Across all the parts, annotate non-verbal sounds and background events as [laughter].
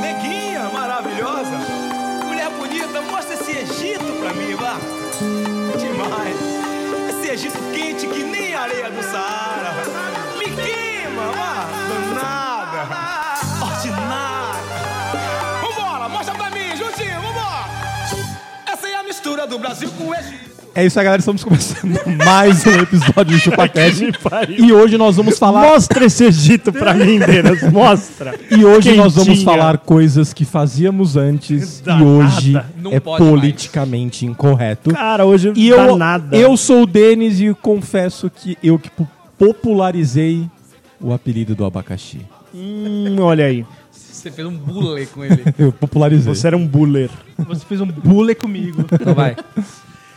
Neguinha maravilhosa, mulher bonita, mostra esse Egito pra mim, vá. Demais. Esse Egito quente que nem a areia do Saara. Me queima, vá. Danada. Ordinária. Vambora, mostra pra mim, juntinho, vambora. Essa é a mistura do Brasil com o Egito. É isso aí, galera. Estamos começando [laughs] mais um episódio do ChupaCast. Que pariu. E hoje nós vamos falar. Mostra esse Egito pra mim, Denas. Mostra. E hoje nós Quentinha. vamos falar coisas que fazíamos antes Danada. e hoje Não é pode politicamente incorreto. Cara, hoje E eu, nada. eu sou o Denis e confesso que eu que po- popularizei o apelido do abacaxi. [laughs] Hum, olha aí. Você fez um bule com ele. Eu popularizei. Você era um buller. Você fez um [laughs] bule comigo. Então vai.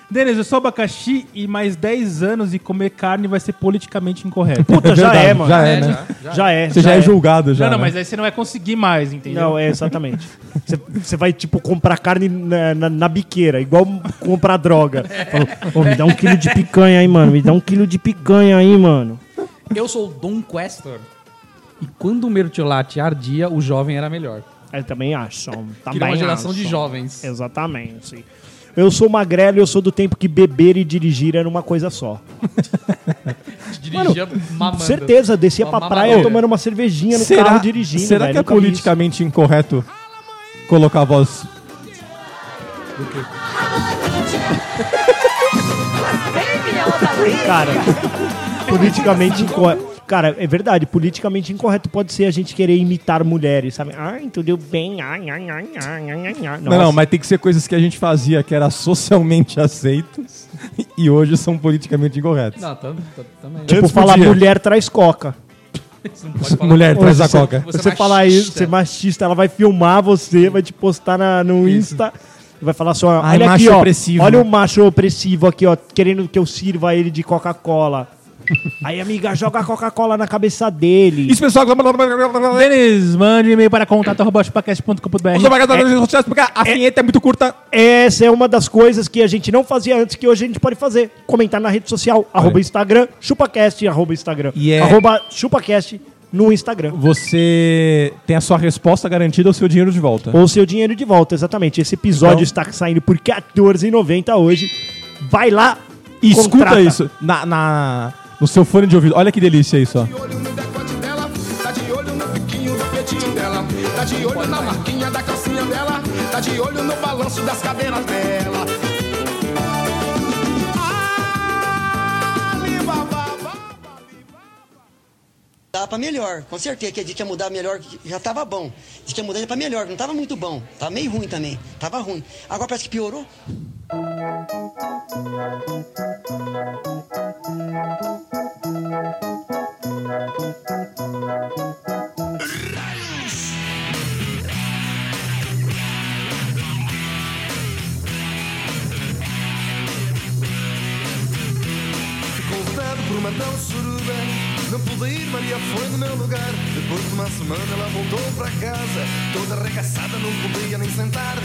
Denis, eu sou abacaxi e mais 10 anos e comer carne vai ser politicamente incorreto. Puta, já é, mano. Já Já é, É, né? já, já. é. é Você já, é julgado, já. não, não, né? mas aí você não vai conseguir mais, entendeu? Não, é, exatamente. Você- Você vai, tipo, comprar carne na, na- na biqueira, igual comprar droga. Falou, "Ô, me dá um quilo de picanha aí, mano. Me dá um quilo de picanha aí, mano. Eu sou o Dom Questor. E quando o mertiolate ardia, o jovem era melhor. Eu também acho. um, Também Criou uma geração acho. um. de jovens. Exatamente. Eu sou magrelo e eu sou do tempo que beber e dirigir era uma coisa só. Te Dirigia mamando. Certeza, descia Uma pra praia mamadeira. tomando uma cervejinha no será carro dirigindo. será velho, que é nunca vi isso. politicamente incorreto colocar a voz. Cara, politicamente incorreto. Cara, é verdade, politicamente incorreto pode ser a gente querer imitar mulheres, sabe? Ai, tudo bem, ai, ai, ai, ai, ai, ai, ai. Não, não, Nossa, mas tem que ser coisas que a gente fazia que era socialmente [laughs] aceitas e hoje são politicamente incorretas. Não, tam- tam- também. Tipo, antes falar podia. mulher traz coca. Você não pode falar. Mulher, traz Ou a se coca. Você, Você é falar machista. isso, você é machista, ela vai filmar você, vai te postar na- no Insta. e Vai falar assim, ó, Ai, olha aqui, macho ó, opressivo. olha o macho opressivo aqui, ó, querendo que eu sirva ele [laughs] de Coca-Cola. Aí, amiga, joga a Coca-Cola na cabeça dele. Isso, pessoal. Denis, mande um e-mail para contato.chupacast.com.br. porque a vinheta é muito curta. Essa é uma das coisas que a gente não fazia antes, que hoje a gente pode fazer. Comentar na rede social, arroba Instagram, chupacast, arroba Instagram. E é- Arroba chupacast no Instagram. Você tem a sua resposta garantida o seu dinheiro de volta. Ou seu dinheiro de volta, exatamente. Esse episódio Então- está saindo por R$14,90 hoje. Vai lá E escuta contrata. isso na, na- no seu fone de ouvido. Olha que delícia isso, ó. Tá de olho no decote dela, tá de olho no biquinho do peitinho dela, tá de olho na marquinha da calcinha dela, tá de olho no balanço das cadeiras dela. Alibaba, babá, mudar pra melhor. Com certeza que a gente ia mudar melhor, que já tava bom. Diz que ia mudar pra melhor, que não tava muito bom. Tava meio ruim também. Tava ruim. Agora parece que piorou. Ficou vedado por uma tal suruba, não pude ir, Maria foi no meu lugar. Depois de uma semana ela voltou pra casa, toda arregaçada, não podia nem sentar.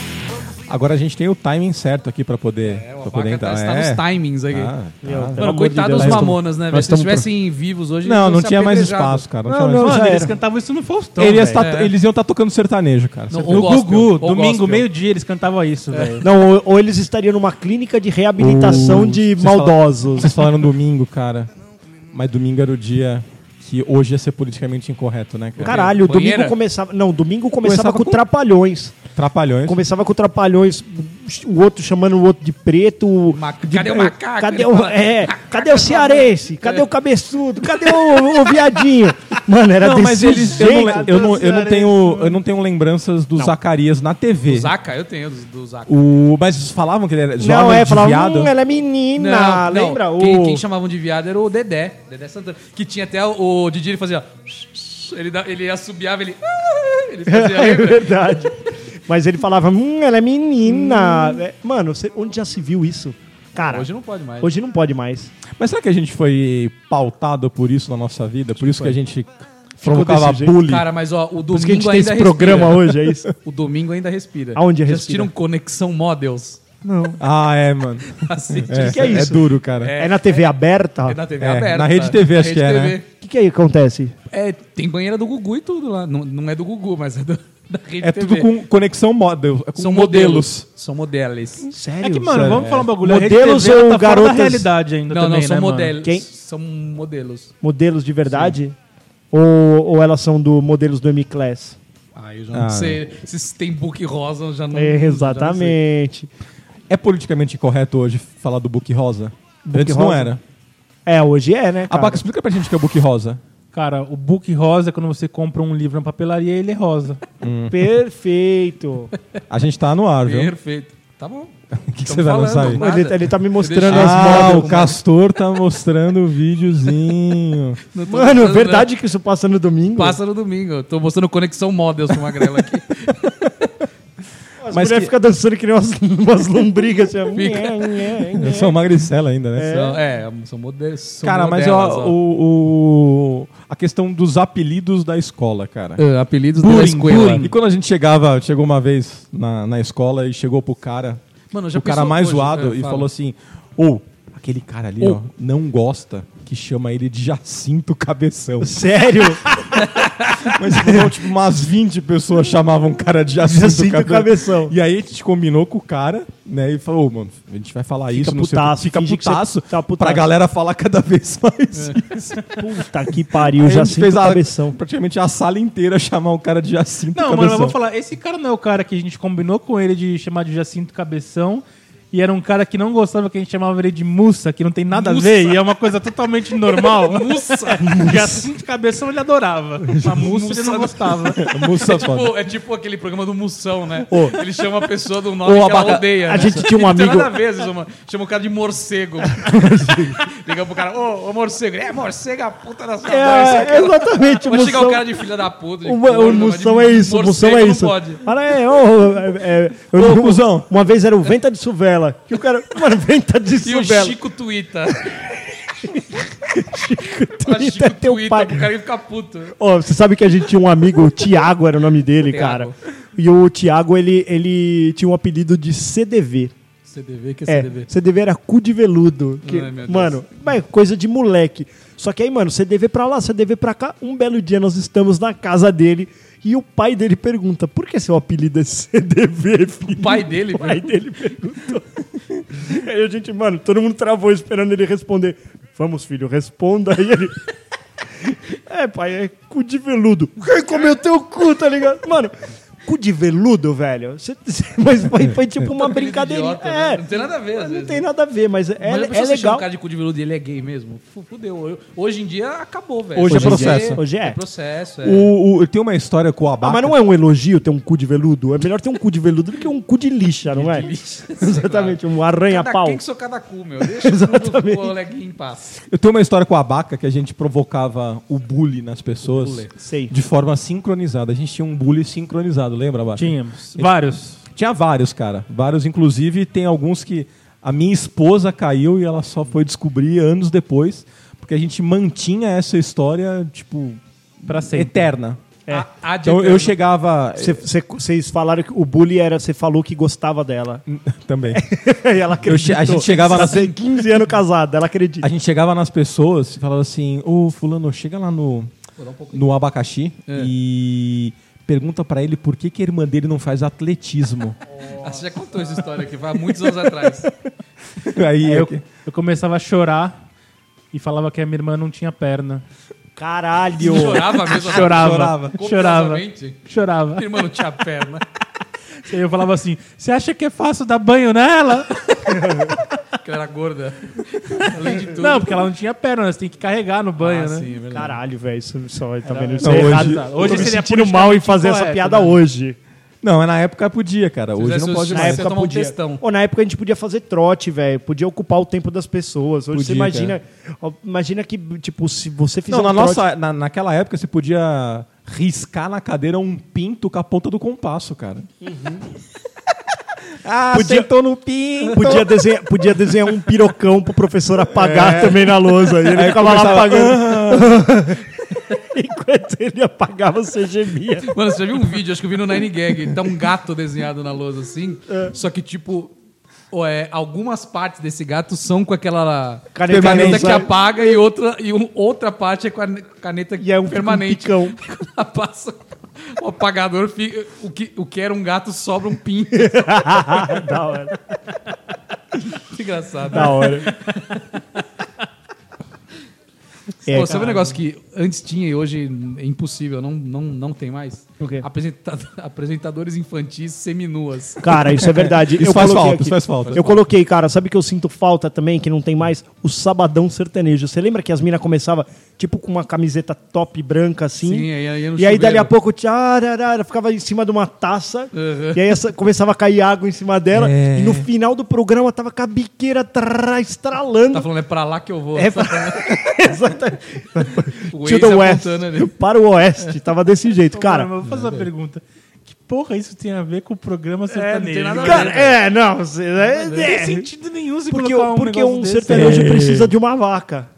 Agora a gente tem o timing certo aqui pra poder, É, o pra poder Abaca tá, entrar. está nos É. timings aqui. Ah, tá. Meu, pelo amor Mano, de coitado Deus. dos Nós tamo- mamonas, né, velho? nós Se eles tamo pro- estivessem Tipo, vivos hoje, Não, eles não iam ser tinha mais apedrejados. espaço, cara. Não, Não, tinha não, mais já espaço. eles cantavam isso no Então, Faustão. Ele ia velho. tá- É. Eles iam estar tocando sertanejo, cara. Não, Você No Ou gospel, Gugu, ou domingo, gospel. meio-dia, eles cantavam isso, velho. Não, ou, ou eles estariam numa clínica de reabilitação de Uh, Vocês falaram- maldosos. Vocês falaram domingo, cara. Mas domingo era o dia que hoje ia ser politicamente incorreto, né, cara? Caralho, Banheira? domingo começava. Não, domingo começava, Começava com, com- trapalhões. Trapalhões. Começava com trapalhões, o outro chamando o outro de preto. o- Ma- de- é, cadê o macaco? Cadê Ele o, fala, é, macaco cadê o cearense? Cadê o cabeçudo? Cadê o, o viadinho? Mano, era Não, desse mas eles. Eu não, jeito. le- eu, não, eu, não tenho, eu não tenho lembranças do Zacarias na TV. O Zaca, eu tenho do, do Zaca. O, mas eles falavam que ele era jovem, Não, é, de falava, viado. hum, ela é menina, lembra? Quem, o... quem chamavam de viado era o Dedé. Dedé Santana. Que tinha até o, o Didi, ele fazia... ó, Ele, da- ele assobiava, ele... [laughs] Ele fazia... [laughs] É lembra? verdade. Mas ele falava, hum, ela é menina. É, Mano, cê- onde já se viu isso? Cara, Hoje não pode mais. hoje não pode mais. Mas será que a gente foi pautado por isso na nossa vida? Por isso que a gente Ficou Provocava desse jeito. bullying. Cara, mas ó, o é Por isso que a domingo gente tem ainda esse programa respira. hoje, é [laughs] isso? O domingo ainda respira. Aonde Já respira? assistiram Conexão [laughs] Models? Ah, é, [laughs] mano. Assiste. É, que é isso? É duro, cara. É, na TV aberta? É na TV É, aberta. na Rede TV, acho que é, né? RedeTV. O que, que aí acontece? É, tem banheira do Gugu e tudo lá. Não, não é do Gugu, mas é do, [laughs] da Rede É TV. tudo com conexão model. É com São modelos. São modelos. Sério? É que, mano, Sério, vamos é. falar um bagulho. A Rede Modelos TV, ela ou tá fora garotas? da realidade ainda Não, também, não, são né, mano? modelos. Quem? São modelos. Modelos de verdade? Ou, ou elas são do modelos do M-Class? Ah, eu já não Ah. sei. Se tem book rosa, eu Hum, já não. Exatamente. É politicamente incorreto hoje falar do Book Rosa? Book Antes não Rosa? era. É, hoje é, né? A cara? Baca, explica pra gente o que é o Book Rosa. Cara, o book rosa, quando você compra um livro na papelaria, ele é [laughs] rosa. Hum. Perfeito. A gente tá no já ar, não sei. viu? Perfeito. Tá bom. [laughs] O que, que Tão você vai falando, é lançar aí? mano. Nada. ele, ele tá me mostrando Deixa- as Ah, né? modas. o Castor tá mostrando o videozinho. [laughs] Não tô Mano, mostrando- verdade que isso passa no domingo? né? Passa no domingo. Eu Tô mostrando Conexão Models pro Magrelo [laughs] aqui. Mas As mulheres que- ficam dançando que nem umas, [laughs] umas lombrigas. Assim, Fica. [laughs] Eu sou magricela ainda, né? São- É, são modelos. são Cara, mas modelas, ó, o, o- a questão dos apelidos da escola, cara. Ah, Apelidos da Bullying, escola. bullying. E quando a gente chegava, chegou uma vez na, na escola e chegou pro cara, Mano, já o cara pensou mais hoje? zoado, É, e fala. falou assim: Ô, aquele cara ali, Ô. ó, não gosta que chama ele de Jacinto Cabeção. Sério? [laughs] Mas então, tipo, umas 20 pessoas chamavam o cara de Jacinto, Jacinto Cabeção. E aí a gente combinou com o cara, né? E falou, "Ô, mano, a gente vai falar isso, não sei o quê." putaço, fica finge que você putaço, tá putaço. pra galera falar cada vez mais. isso. Puta que Aí pariu, a já gente sinto fez a, cabeção. praticamente a sala inteira chamar o cara de Jacinto Não, Cabeção. mano, mas vou falar, esse cara não é o cara que a gente combinou com ele de chamar de Jacinto Cabeção. E era um cara que não gostava que a gente chamava ele de Mussa, que não tem nada a ver, e é uma coisa totalmente normal. Mussa! [laughs] Jacinto Cabeção ele adorava. A Mussa ele não gostava. [laughs] Moça foda. Tipo, é tipo aquele programa do Moção, né? Ô. Ele chama a pessoa do nome Ô, que ela abaca- odeia. a né? gente tinha um Não tem amigo- nada a ver, às vezes, chama, chama o cara de [laughs] morcego. Liga pro cara, ô, ô morcego. Ele, É, morcego, é a puta da sua mãe. isso aqui. É, exatamente. Vai chegar moção- o cara de filha da puta. de O, corno, o mas um de moção é isso, o moção morcego é não isso. pode. Fala, é, ô, é, é, eu- Ô, cuzão. Uma vez era o Venta de Suvela, que o cara. Mano, Venta de [laughs] E o Suvela. Chico [laughs] Tuita. Fala Tuita é teu Tuita pai. pro cara ficar puto. Ó, você sabe que a gente tinha um amigo, o Tiago era o nome dele, Thiago. cara. E o Tiago, ele, ele tinha um apelido de CDV. CDV, que é É, CDV. CDV era cu de veludo. que- Ai, meu Deus. mano, mas é coisa de moleque. Só que aí, mano, CDV pra lá, CDV pra cá. Um belo dia nós estamos na casa dele e o pai dele pergunta: por que seu apelido é CDV, [laughs] filho? O pai dele, O pai velho. dele perguntou. [laughs] aí a gente, mano, todo mundo travou esperando ele responder. Vamos, filho, responda. [laughs] Aí ele. É, pai, é cu de veludo. Quem comeu teu cu, tá ligado? Mano, cu de veludo, velho. Cê- cê- [laughs] mas foi, foi tipo uma brincadeirinha. Tá idiota, né? é, Não tem nada a ver, às Não vezes, né? tem nada a ver, mas é, Mas a é pessoa se chama legal. o cara de cu de veludo e ele é gay mesmo. Fu- Fudeu. Eu- Hoje em dia acabou, velho. Hoje é em dia- processo. Hoje é. processo, é. O, o, tem uma história com o Ah, Abaca. mas não é um elogio ter um cu de veludo. É melhor ter um cu de veludo do que um cu de lixa, não [laughs] é? [laughs] Exatamente, um Cada arranha-pau. quem que sou cada cu, meu. Deixa o coleguinha em paz. Eu tenho uma história com a Abaca que a gente provocava o bullying nas pessoas bullying. Sei. de forma sincronizada. A gente tinha um bullying sincronizado, lembra, Abaca? Tínhamos. Vários. Tinha vários, cara. Vários, inclusive, tem alguns que a minha esposa caiu e ela só foi descobrir anos depois, porque a gente mantinha essa história, tipo, Pra sempre. eterna. A- a de Então eu eterno. chegava. Cê- cê- Vocês falaram que o bully era. Você falou que gostava dela. [laughs] Também. e ela Eu che- acreditou. a gente chegava Ela na- tem 15 anos casada, ela acredita. A gente chegava nas pessoas e falava assim: Ô, Fulano, chega lá no, no abacaxi e pergunta pra ele por que, que a irmã dele não faz atletismo. Ah, Você já contou essa história aqui, vai há muitos anos atrás. Aí Eu, eu. eu começava a chorar e falava que a minha irmã não tinha perna. Caralho! Chorava mesmo. Chorava. Chorava. é Chorava. Copiosamente? Chorava. Irmão, não tinha perna. E aí eu falava assim: você acha que é fácil dar banho nela? Porque ela era gorda. Além de tudo. Não, porque ela não tinha perna, né? você tem que carregar no banho, Ah, né? sim, é verdade. Caralho, velho, isso só tá vendo? Isso Não, é hoje- Então, errado. hoje Hoje eu tô me seria sentindo mal em politicamente fazer essa incorreto, piada né? hoje. Não, na época podia, cara. Hoje fizesse não os Mas pode Na você mais. época toma um podia. textão. Ô, na época a gente podia fazer trote, velho. Podia ocupar o tempo das pessoas. Hoje você Podia, imagina. ó, Imagina que, tipo, se você fizer Não, na um trote- nossa, na- naquela época você podia riscar na cadeira um pinto com a ponta do compasso, cara. ah, Podia- sentou no pinto. Podia desenhar, podia desenhar um pirocão pro professor apagar também na lousa. E ele É. Aí ficava começava, [laughs] lá apagando. Enquanto ele apagava, você gemia. Mano, você já viu um vídeo, acho que eu vi no Nine Gag, tá um gato desenhado na lousa assim, só que tipo, ó, é, algumas partes desse gato são com aquela Caneta caneta que usada. apaga e outra, e um- outra parte é com a caneta E é um- permanente. um Quando ela passa o apagador, fica, o, que, o que era um gato sobra um [laughs] pinto. Ah, da hora. Que engraçado. Da hora. É, Pô, sabe um negócio que antes tinha e hoje é impossível, não, não, não tem mais? O quê? Apresenta- [laughs] apresentadores infantis seminuas. Cara, isso é verdade. Isso eu faz coloquei falta, aqui. isso faz falta. Eu coloquei, cara, sabe que eu sinto falta também, que não tem mais? O sabadão sertanejo. Você lembra que as minas começavam, tipo, com uma camiseta top branca, assim? Sim, aí ia no E aí, chuveiro. dali a pouco, tchararara, ficava em cima de uma taça, Uhum. e aí essa- começava a cair água em cima dela, É. e no final do programa tava com a biqueira trrr, estralando. Tá falando, é pra lá que eu vou. É, Só- [laughs] Exatamente. O To Waze the west. apontando ali. Para o oeste. Tava desse jeito, Ô, cara. mas eu vou fazer uma pergunta. Que porra isso tem a ver com o programa É, não sertanejo? tem nada a ver. Cara, é, não. cê- é- Não tem é. sentido nenhum se Porque, colocar um porque negócio um desse. sertanejo É. precisa de uma vaca.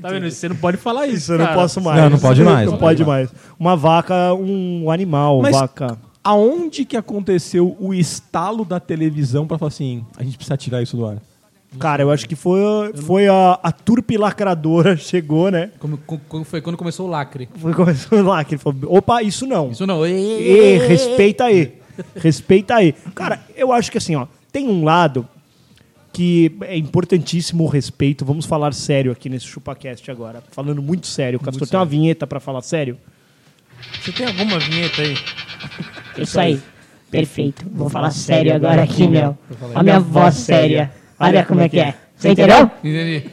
Tá vendo? Você não pode falar isso. Isso eu não cara. posso mais. Não, não pode mais, Não não pode pode mais. Uma vaca, um animal, Mas- vaca. Aonde que aconteceu o estalo da televisão pra falar assim, a gente precisa tirar isso do ar? Cara, eu acho que foi, foi a, a turpe lacradora [laughs] chegou, né? Como, co- co- foi quando começou o lacre. Foi começou lá que ele falou: opa, isso não. Isso não. Ê, respeita aí. Respeita aí. Cara, eu acho que assim, ó, tem um lado que é importantíssimo o respeito. Vamos falar sério aqui nesse ChupaCast agora. Falando muito sério. Castor, tem uma vinheta pra falar sério? Você tem alguma vinheta aí? Isso aí. Perfeito. Vou falar sério agora aqui, meu. Olha a minha voz séria. Olha como é que é. Você entendeu? Entendi.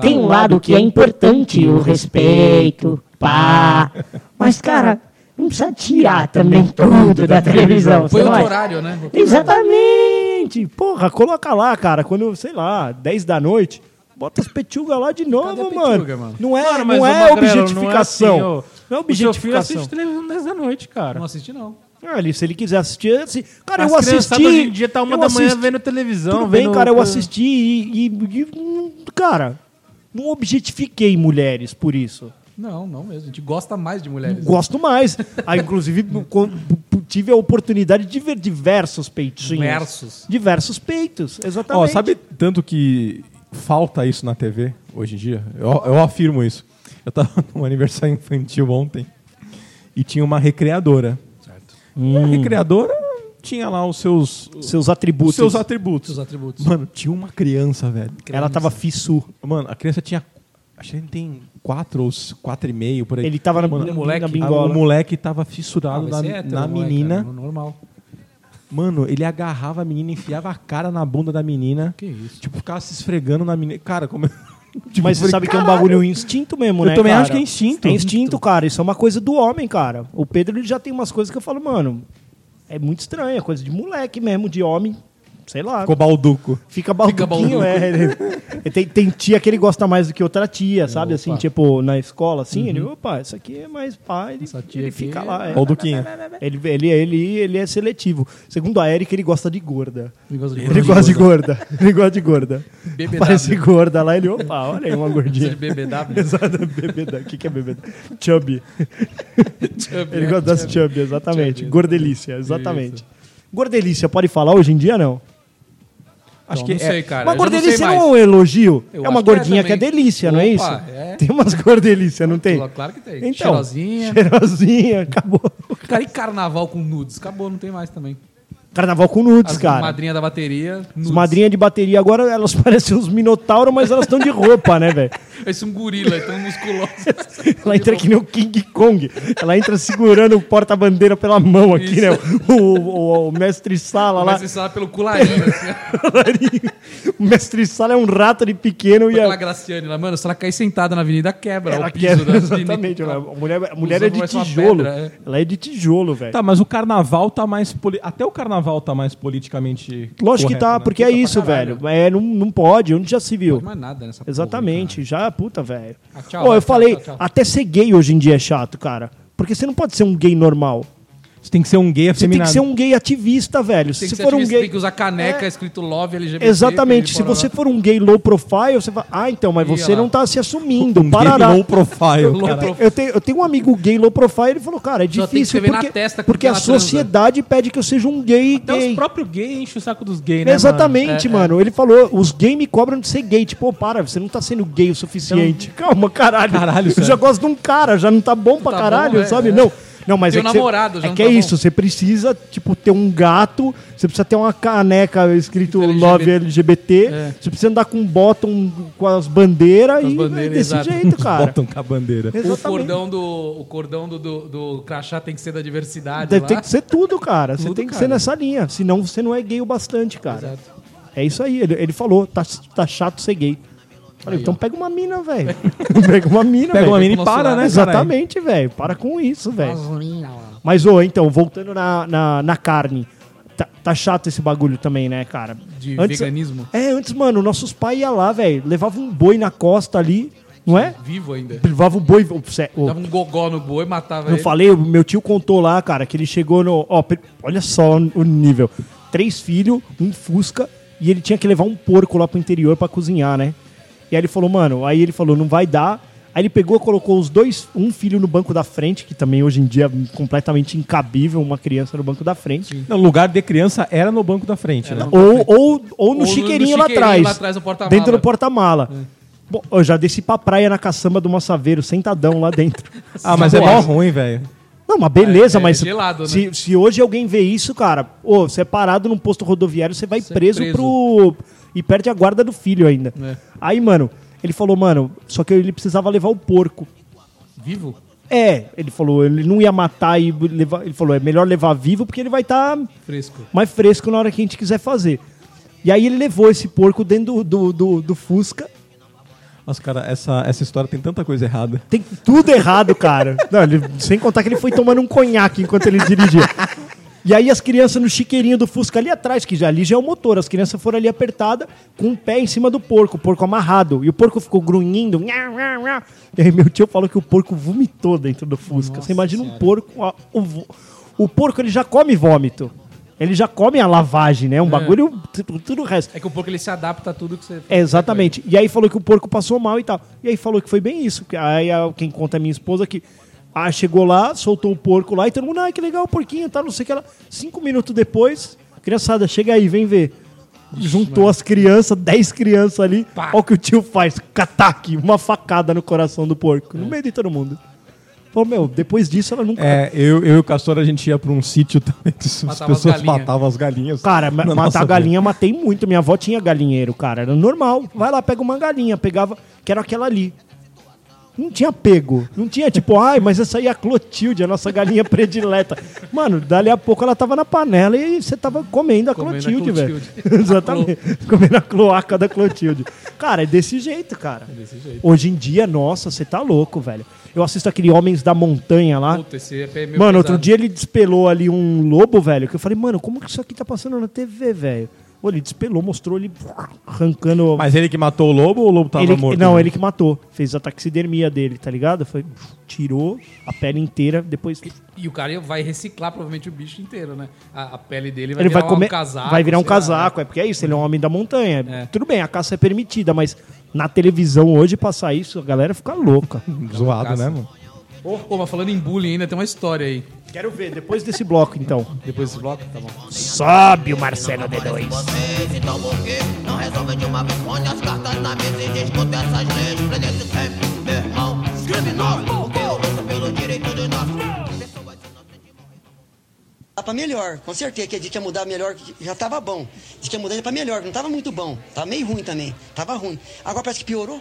Tem um lado que é importante, o respeito, pá. Mas, cara, não precisa tirar também tudo da televisão. Foi você não outro acha? horário, né? Exatamente! Porra, coloca lá, cara, quando, sei lá, 10 da noite, bota as petugas lá de novo, Cadê a mano. petuga, mano? Não é, Cara, mas, não ô, é Magrelo, objetificação. Não é, assim, ô. Não é O seu filho objetificação. assiste televisão 10 da noite, cara. Não assisti, não. Ah, ali, se ele quiser assistir, assim, cara, As eu criançadas assisti. hoje em dia tá uma eu da manhã assisti. vendo televisão. Tudo bem, vendo- cara, eu assisti e, e- e- hum, Cara, não objetifiquei mulheres por isso. Não, não mesmo. A gente gosta mais de mulheres. Gosto mais. Ah, inclusive, [laughs] com- tive a oportunidade de ver diversos peitinhos. Diversos. Diversos peitos, exatamente. Ó, sabe tanto que falta isso na TV hoje em dia? Eu, eu afirmo isso. Eu tava [laughs] num aniversário infantil ontem e tinha uma recreadora. E a recreadora tinha lá os seus, Hum. Seus os atributos. seus atributos. Os atributos. Mano, tinha uma criança, velho. Ela tava fissu. Mano, a criança tinha. Acho que ele tem quatro ou s- quatro e meio por aí. Ele tava na, Mano, na- moleque. na a- bingola. Ah, O moleque tava fissurado na, é é na né, menina. normal. Mano, ele agarrava a menina, enfiava a cara na bunda da menina. Que isso? Tipo, ficava se esfregando na menina. Cara, como. Tipo, Mas você eu [laughs] falei, sabe que é um "Caralho". bagulho instinto mesmo, Eu né? também cara? acho que é instinto. É instinto, cara. Isso é uma coisa do homem, cara. O Pedro ele já tem umas coisas que eu falo, mano. É muito estranho, é coisa de moleque mesmo, de homem. Sei lá. Ficou balduco. Fica Fica balduquinho, balduco. é. ele- ele [laughs] tem, tem tia que ele gosta mais do que outra tia, sabe? Assim, tipo, na escola, assim, ele, opa, isso aqui é mais pai, ele, Uhum. tia ele aqui fica é- lá. é. Balduquinha. Ele, ele, ele, ele é seletivo. Segundo a Erika, ele gosta de gorda. Ele gosta de Ele gosta de gorda. Ele gosta de gorda. BBW. Parece gorda lá. Ele, opa, [laughs] olha aí uma gordinha. BBW. [laughs] Exato, bebeda. O que, que é bebeda? Chubby. Ele Ele gosta das chubby, exatamente. Gordelícia, exatamente. Gordelícia, pode falar hoje em dia, não? Acho Não, que não é. sei, cara. Mas Eu já gordelícia não, não é um elogio. Eu é uma acho que é gordinha que é, também. delícia, não é isso? Opa, é. Tem umas gordelícias, não tem? sei mais. Claro que tem. Então. Cheirosinha. Cheirosinha, acabou. Cara, e carnaval com nudes? Acabou, não tem mais também. Carnaval com nudes, As cara. madrinha da bateria, nudes. As madrinhas de bateria agora, elas [laughs] parecem uns minotauros, mas elas estão de roupa, né, velho? Esse é um gorila, é tão musculoso. [laughs] Ela entra que nem o King Kong. Ela entra segurando o porta-bandeira pela mão aqui, Isso. né? O, o- o mestre Sala lá. Mas isso lá pelo cularinho, assim, [laughs] ó. o mestre Sala é um rato de pequeno e Aquela a, Graciane lá. Mano, se ela cair sentada na avenida, quebra ela o piso né? então, quer. [laughs] da Exatamente. A avenida. mulher, a mulher é de parece uma tijolo. pedra, é. Ela é de tijolo, velho. Tá, mas o carnaval tá mais. poli- Até o carnaval tá mais politicamente. Lógico que correto, tá, né? porque é isso, velho. É, não, não pode, onde já se viu. Não é nada nessa porra, Exatamente, já, puta, velho. Ah, Ó, tchau, eu vai, tchau, falei, tchau, tchau. até ser gay hoje em dia é chato, cara. Porque você não pode ser um gay normal. Você tem que ser um gay Você tem afeminado. que ser um gay ativista, velho. Tem Se que, você ser for um ativista, gay. tem que usar caneca escrito Love LGBT. Exatamente. Se piripora, você for um gay low profile, você fala, ah, então, mas Ih, você olha lá. não tá se assumindo. um Parará. gay low [laughs] profile, Low cara. profile. Eu tenho, eu tenho um amigo gay low profile, ele falou, cara, é Só tem que difícil escrever na porque, testa que porque a ela transa. sociedade pede que eu seja um gay Até gay. os próprios gays enchem o saco dos gays, né? É, Exatamente, mano. Ele falou, os gays me cobram de ser gay. Tipo, ô, para, você não tá sendo gay o suficiente. Calma, caralho. Caralho, eu já sério. gosto de um cara, já não tá bom pra Então, tá caralho, bom, é, sabe? é. Não. Não, mas Tem é um que, cê- namorado, já é, não que é tá bom. isso, você precisa, tipo, ter um gato, você precisa ter uma caneca escrito LGBT. Love LGBT, você precisa andar com um bottom com as bandeiras É. Com as e bandeiras, é desse exato. jeito, cara. É, Botam com a bandeira. O Exatamente. cordão, do, o cordão do, do, do crachá tem que ser da diversidade Deve- lá. Tem que ser tudo, cara. Você Tudo, tem que ser cara. nessa linha. Senão você não é gay o bastante, cara. É isso aí. Ele, ele falou, tá, tá chato ser gay. Falei, então pega uma mina, velho. [laughs] pega uma mina, Pega velho. uma mina e Nosso para, lado. né? Exatamente. é Exatamente, velho. Para com isso, velho. Mas, ô, então, voltando na, na, na carne. Tá, tá chato esse bagulho também, né, cara? De veganismo. É, antes, mano, nossos pais iam lá, velho. Levava um boi na costa ali, não é? Vivo ainda. Levava o boi. o- sé- o- Dava um gogó no boi, matava eu ele. falei, o meu tio contou lá, cara, que ele chegou no. Ó, pe- olha só o nível. Três filhos, um Fusca, e ele tinha que levar um porco lá pro interior pra cozinhar, né? E aí ele falou, mano, aí ele falou, não vai dar. Aí ele pegou, colocou os dois, um filho no banco da frente, que também hoje em dia é completamente incabível uma criança no banco da frente. O lugar de criança era no banco da frente, né? Ou, ou, ou no no chiqueirinho lá chiqueirinho atrás. lá atrás do porta-mala. Dentro do porta-mala. Bom, eu já desci pra praia na caçamba do Massaveiro, sentadão lá dentro. Ah, mas é mó ruim, velho. Não, mas beleza, É, é mas gelado, né? se, se hoje alguém vê isso, cara, ô, você é parado num posto rodoviário, você vai Você é preso, preso. pro. E perde a guarda do filho ainda. É. Aí, mano, ele falou, mano, só que ele precisava levar o porco. Vivo? É, ele falou, ele não ia matar e levar. Ele falou, é melhor levar vivo porque ele vai estar Fresco. mais fresco na hora que a gente quiser fazer. E aí ele levou esse porco dentro do, do, do, do Fusca. Nossa, cara, essa, essa história tem tanta coisa errada. Tem tudo errado, cara. Não, ele- sem contar que ele foi tomando um conhaque enquanto ele dirigia. E aí as crianças no chiqueirinho do Fusca ali atrás, que já ali já é o motor, as crianças foram ali apertadas com o pé em cima do porco, o porco amarrado. E o porco ficou grunhindo. nha, nha, nha. E aí meu tio falou que o porco vomitou dentro do Fusca. Você imagina um porco. ó, o, vo- o porco ele já come vômito. Ele já come a lavagem, né? Um bagulho, tu- tu- tudo o resto. É que o porco ele se adapta a tudo que você... É, exatamente. E aí falou que o porco passou mal e tal. E aí falou que foi bem isso. que Aí a- quem conta é minha esposa que ah, chegou lá, soltou o porco lá e todo mundo, ah, que legal o porquinho, tá, não sei o que lá. Cinco minutos depois, criançada, chega aí, vem ver. Juntou as crianças, dez crianças ali. Olha o que o tio faz, cataque, uma facada no coração do porco, no meio de todo mundo. Falou, meu, depois disso ela nunca... É, eu, eu e o Castor, a gente ia pra um sítio também que as Matava as pessoas galinhas. matavam as galinhas. Cara, [laughs] Na ma- nossa matar galinha, matei muito. Minha avó tinha galinheiro, cara. Era normal. Vai lá, pega uma galinha. Pegava, que era aquela ali. Não tinha pego. Não tinha tipo, ai, mas essa aí é a Clotilde, a nossa galinha [laughs] predileta. Mano, dali a pouco ela tava na panela e você tava comendo a Comendo a Clotilde, velho. [laughs] Clotilde. Exatamente. Comendo a cloaca da Clotilde. Cara, é desse jeito, cara. Hoje em dia, nossa, você tá louco, velho. Eu assisto aquele Homens da Montanha lá. Puta, esse EP é meio Mano, pesado. outro dia ele despelou ali um lobo, velho, que eu falei, mano, como que isso aqui tá passando na TV, velho? Ô, Ele despelou, mostrou ele arrancando. Mas ele que matou o lobo ou o lobo tava ele, morto? não, né? ele que matou. Fez a taxidermia dele, tá ligado? Foi, tirou a pele inteira, depois. E o cara vai reciclar provavelmente o bicho inteiro, né? A, a pele dele vai ele virar vai comer. um casaco. vai virar um sei lá, né? casaco, é porque é isso, ele é um homem da montanha. É. Tudo bem, a caça é permitida, mas na televisão hoje passar isso, a galera fica louca. Zoado, né, mano? Ô, ô, mas falando em bullying ainda, tem uma história aí. Quero ver, depois desse bloco, então. Depois desse bloco, tá bom. Sobe o Marcelo D2. vocês, então por que não resolve de uma vez? Põe as cartas na mesa e discuta essas leis. Prende-se sempre, meu irmão. Criminoso, porque eu luto pelo direito de nós. Dá tá pra melhor, com certeza que a gente ia mudar melhor, que já tava bom. Diz que ia mudar pra melhor, que não tava muito bom. Tava meio ruim também, tava ruim. Agora parece que piorou.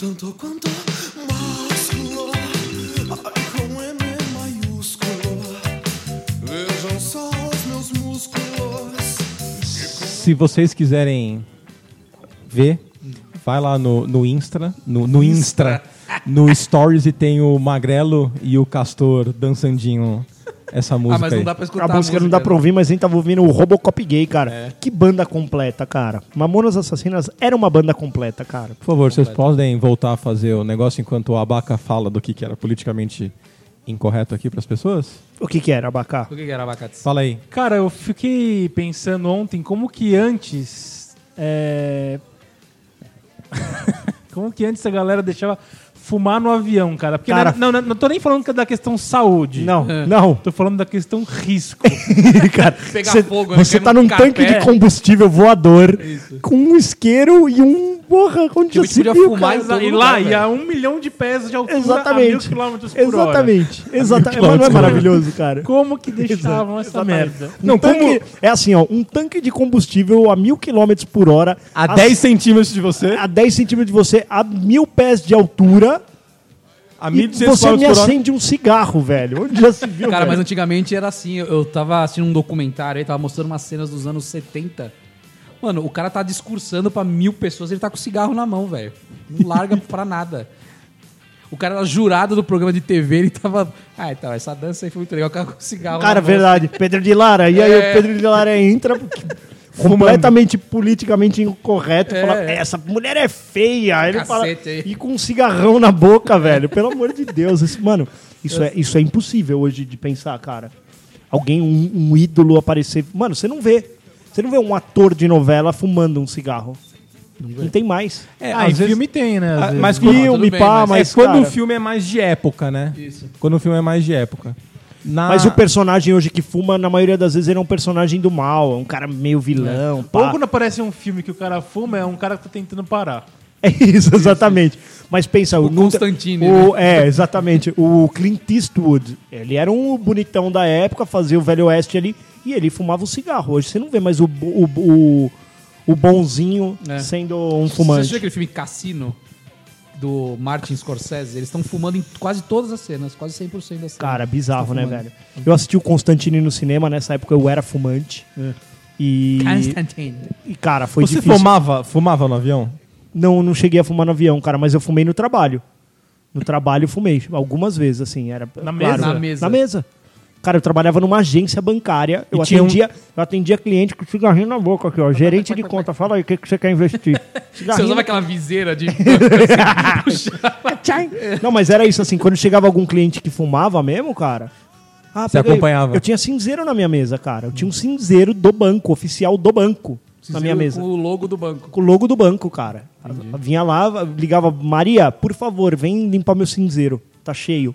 Tanto quanto másculo, ai, com M maiúsculo. Vejam só os meus músculos. Se vocês quiserem ver, vai lá no, no Insta, no, no Insta, no Stories e tem o Magrelo e o Castor dançandinho essa música. Ah, mas não aí. dá pra escutar né? a música não dá pra ouvir, mas a gente tava ouvindo o Robocop Gay, cara. Que banda completa, cara. Mamonas Assassinas era uma banda completa, cara. Por favor, vocês podem voltar a fazer o negócio enquanto o Abaca fala do que, que era politicamente incorreto aqui pras pessoas? O que que era, Abacá? O que que era abacate? Fala aí. Cara, eu fiquei pensando ontem como que antes. é, [laughs] como que antes a galera deixava fumar no avião, cara? Porque Cara, não, não, não, não tô nem falando que é da questão saúde. Não, não. [laughs] Tô falando da questão risco. cara, Pegar cê- fogo, né? você Cai tá num num tanque carpete. de combustível voador com um isqueiro e um. Porra, onde a já gente se podia viu, fumar cara? em todo e lá lugar, ia a um milhão de pés de altura a mil Exatamente. quilômetros por hora. Exatamente. Exatamente. Mas não é maravilhoso, cara? Como que deixavam essa merda? Um tanque- É assim, ó. Um tanque de combustível a mil quilômetros por hora. A a 10 centímetros de você, a 10 centímetros de você, a mil pés de altura, a e 1.200 você me km por hora. acende um cigarro, velho. Onde já se [laughs] viu, Cara, mas velho? antigamente era assim, eu, eu tava assistindo um documentário aí, tava mostrando umas cenas dos anos 70. Mano, o cara tá discursando pra mil pessoas, ele tá com cigarro na mão, velho. Não larga pra nada. O cara era jurado do programa de TV, ele tava. Ah, então, essa dança aí foi muito legal, o cara com cigarro Cara, na mão. verdade. Pedro de Lara. E aí É. o Pedro de Lara [laughs] entra porque- completamente politicamente incorreto. Fala, essa mulher é feia. Aí Ele fala, Cacete aí. e com um cigarrão na boca, velho. Pelo amor de Deus. Isso, mano, isso é, isso é impossível hoje de pensar, cara. Alguém, um, um ídolo aparecer. Mano, você não vê. Você não vê um ator de novela fumando um cigarro. Não tem mais. É, ah, em às vezes- filme tem, né? às Ah, vezes. mas Não, quando, tudo Filme, bem, pá, mas- mas. é quando cara, o filme é mais de época, né? Isso. Quando o filme é mais de época. Na- Mas o personagem hoje que fuma, na maioria das vezes, ele é um personagem do mal, é um cara meio É. vilão. Ou pá. quando aparece um filme que o cara fuma, é um cara que tá tentando parar. [laughs] É isso, exatamente. Mas pensa, o, Constantine, né? o- É, exatamente. O Clint Eastwood, ele era um bonitão da época, fazia o Velho Oeste ali, e ele fumava o cigarro. Hoje você não vê mais o, bo- o, o, o bonzinho É. sendo um Você assistiu fumante. aquele filme Cassino? Do Martin Scorsese? Eles estão fumando em quase todas as cenas, quase 100% das cenas. Cara, bizarro, Tá né, fumando. velho? Eu assisti o Constantine no cinema, nessa época eu era fumante. E, É. Constantine. e, cara, foi Você difícil. fumava, fumava no avião? Não, não cheguei a fumar no avião, cara, mas eu fumei no trabalho. No trabalho eu fumei algumas vezes, assim, era na mesa? Na mesa. Na mesa. Cara, eu trabalhava numa agência bancária, eu E tinha um- atendia, eu atendia cliente com cigarrinho na boca aqui, ó, gerente de conta, fala aí o que que você quer investir. Você Cigarrinho usava na- aquela viseira de. Tchau. Não, mas era isso assim, quando chegava algum cliente que fumava mesmo, cara, ah, Você pega aí. acompanhava. Eu tinha cinzeiro na minha mesa, cara. Eu tinha um cinzeiro do banco, oficial do banco, [laughs] na minha mesa. Com o logo do banco. com o logo do banco, cara. Vinha lá, ligava, Maria, por favor, vem limpar meu cinzeiro, tá cheio.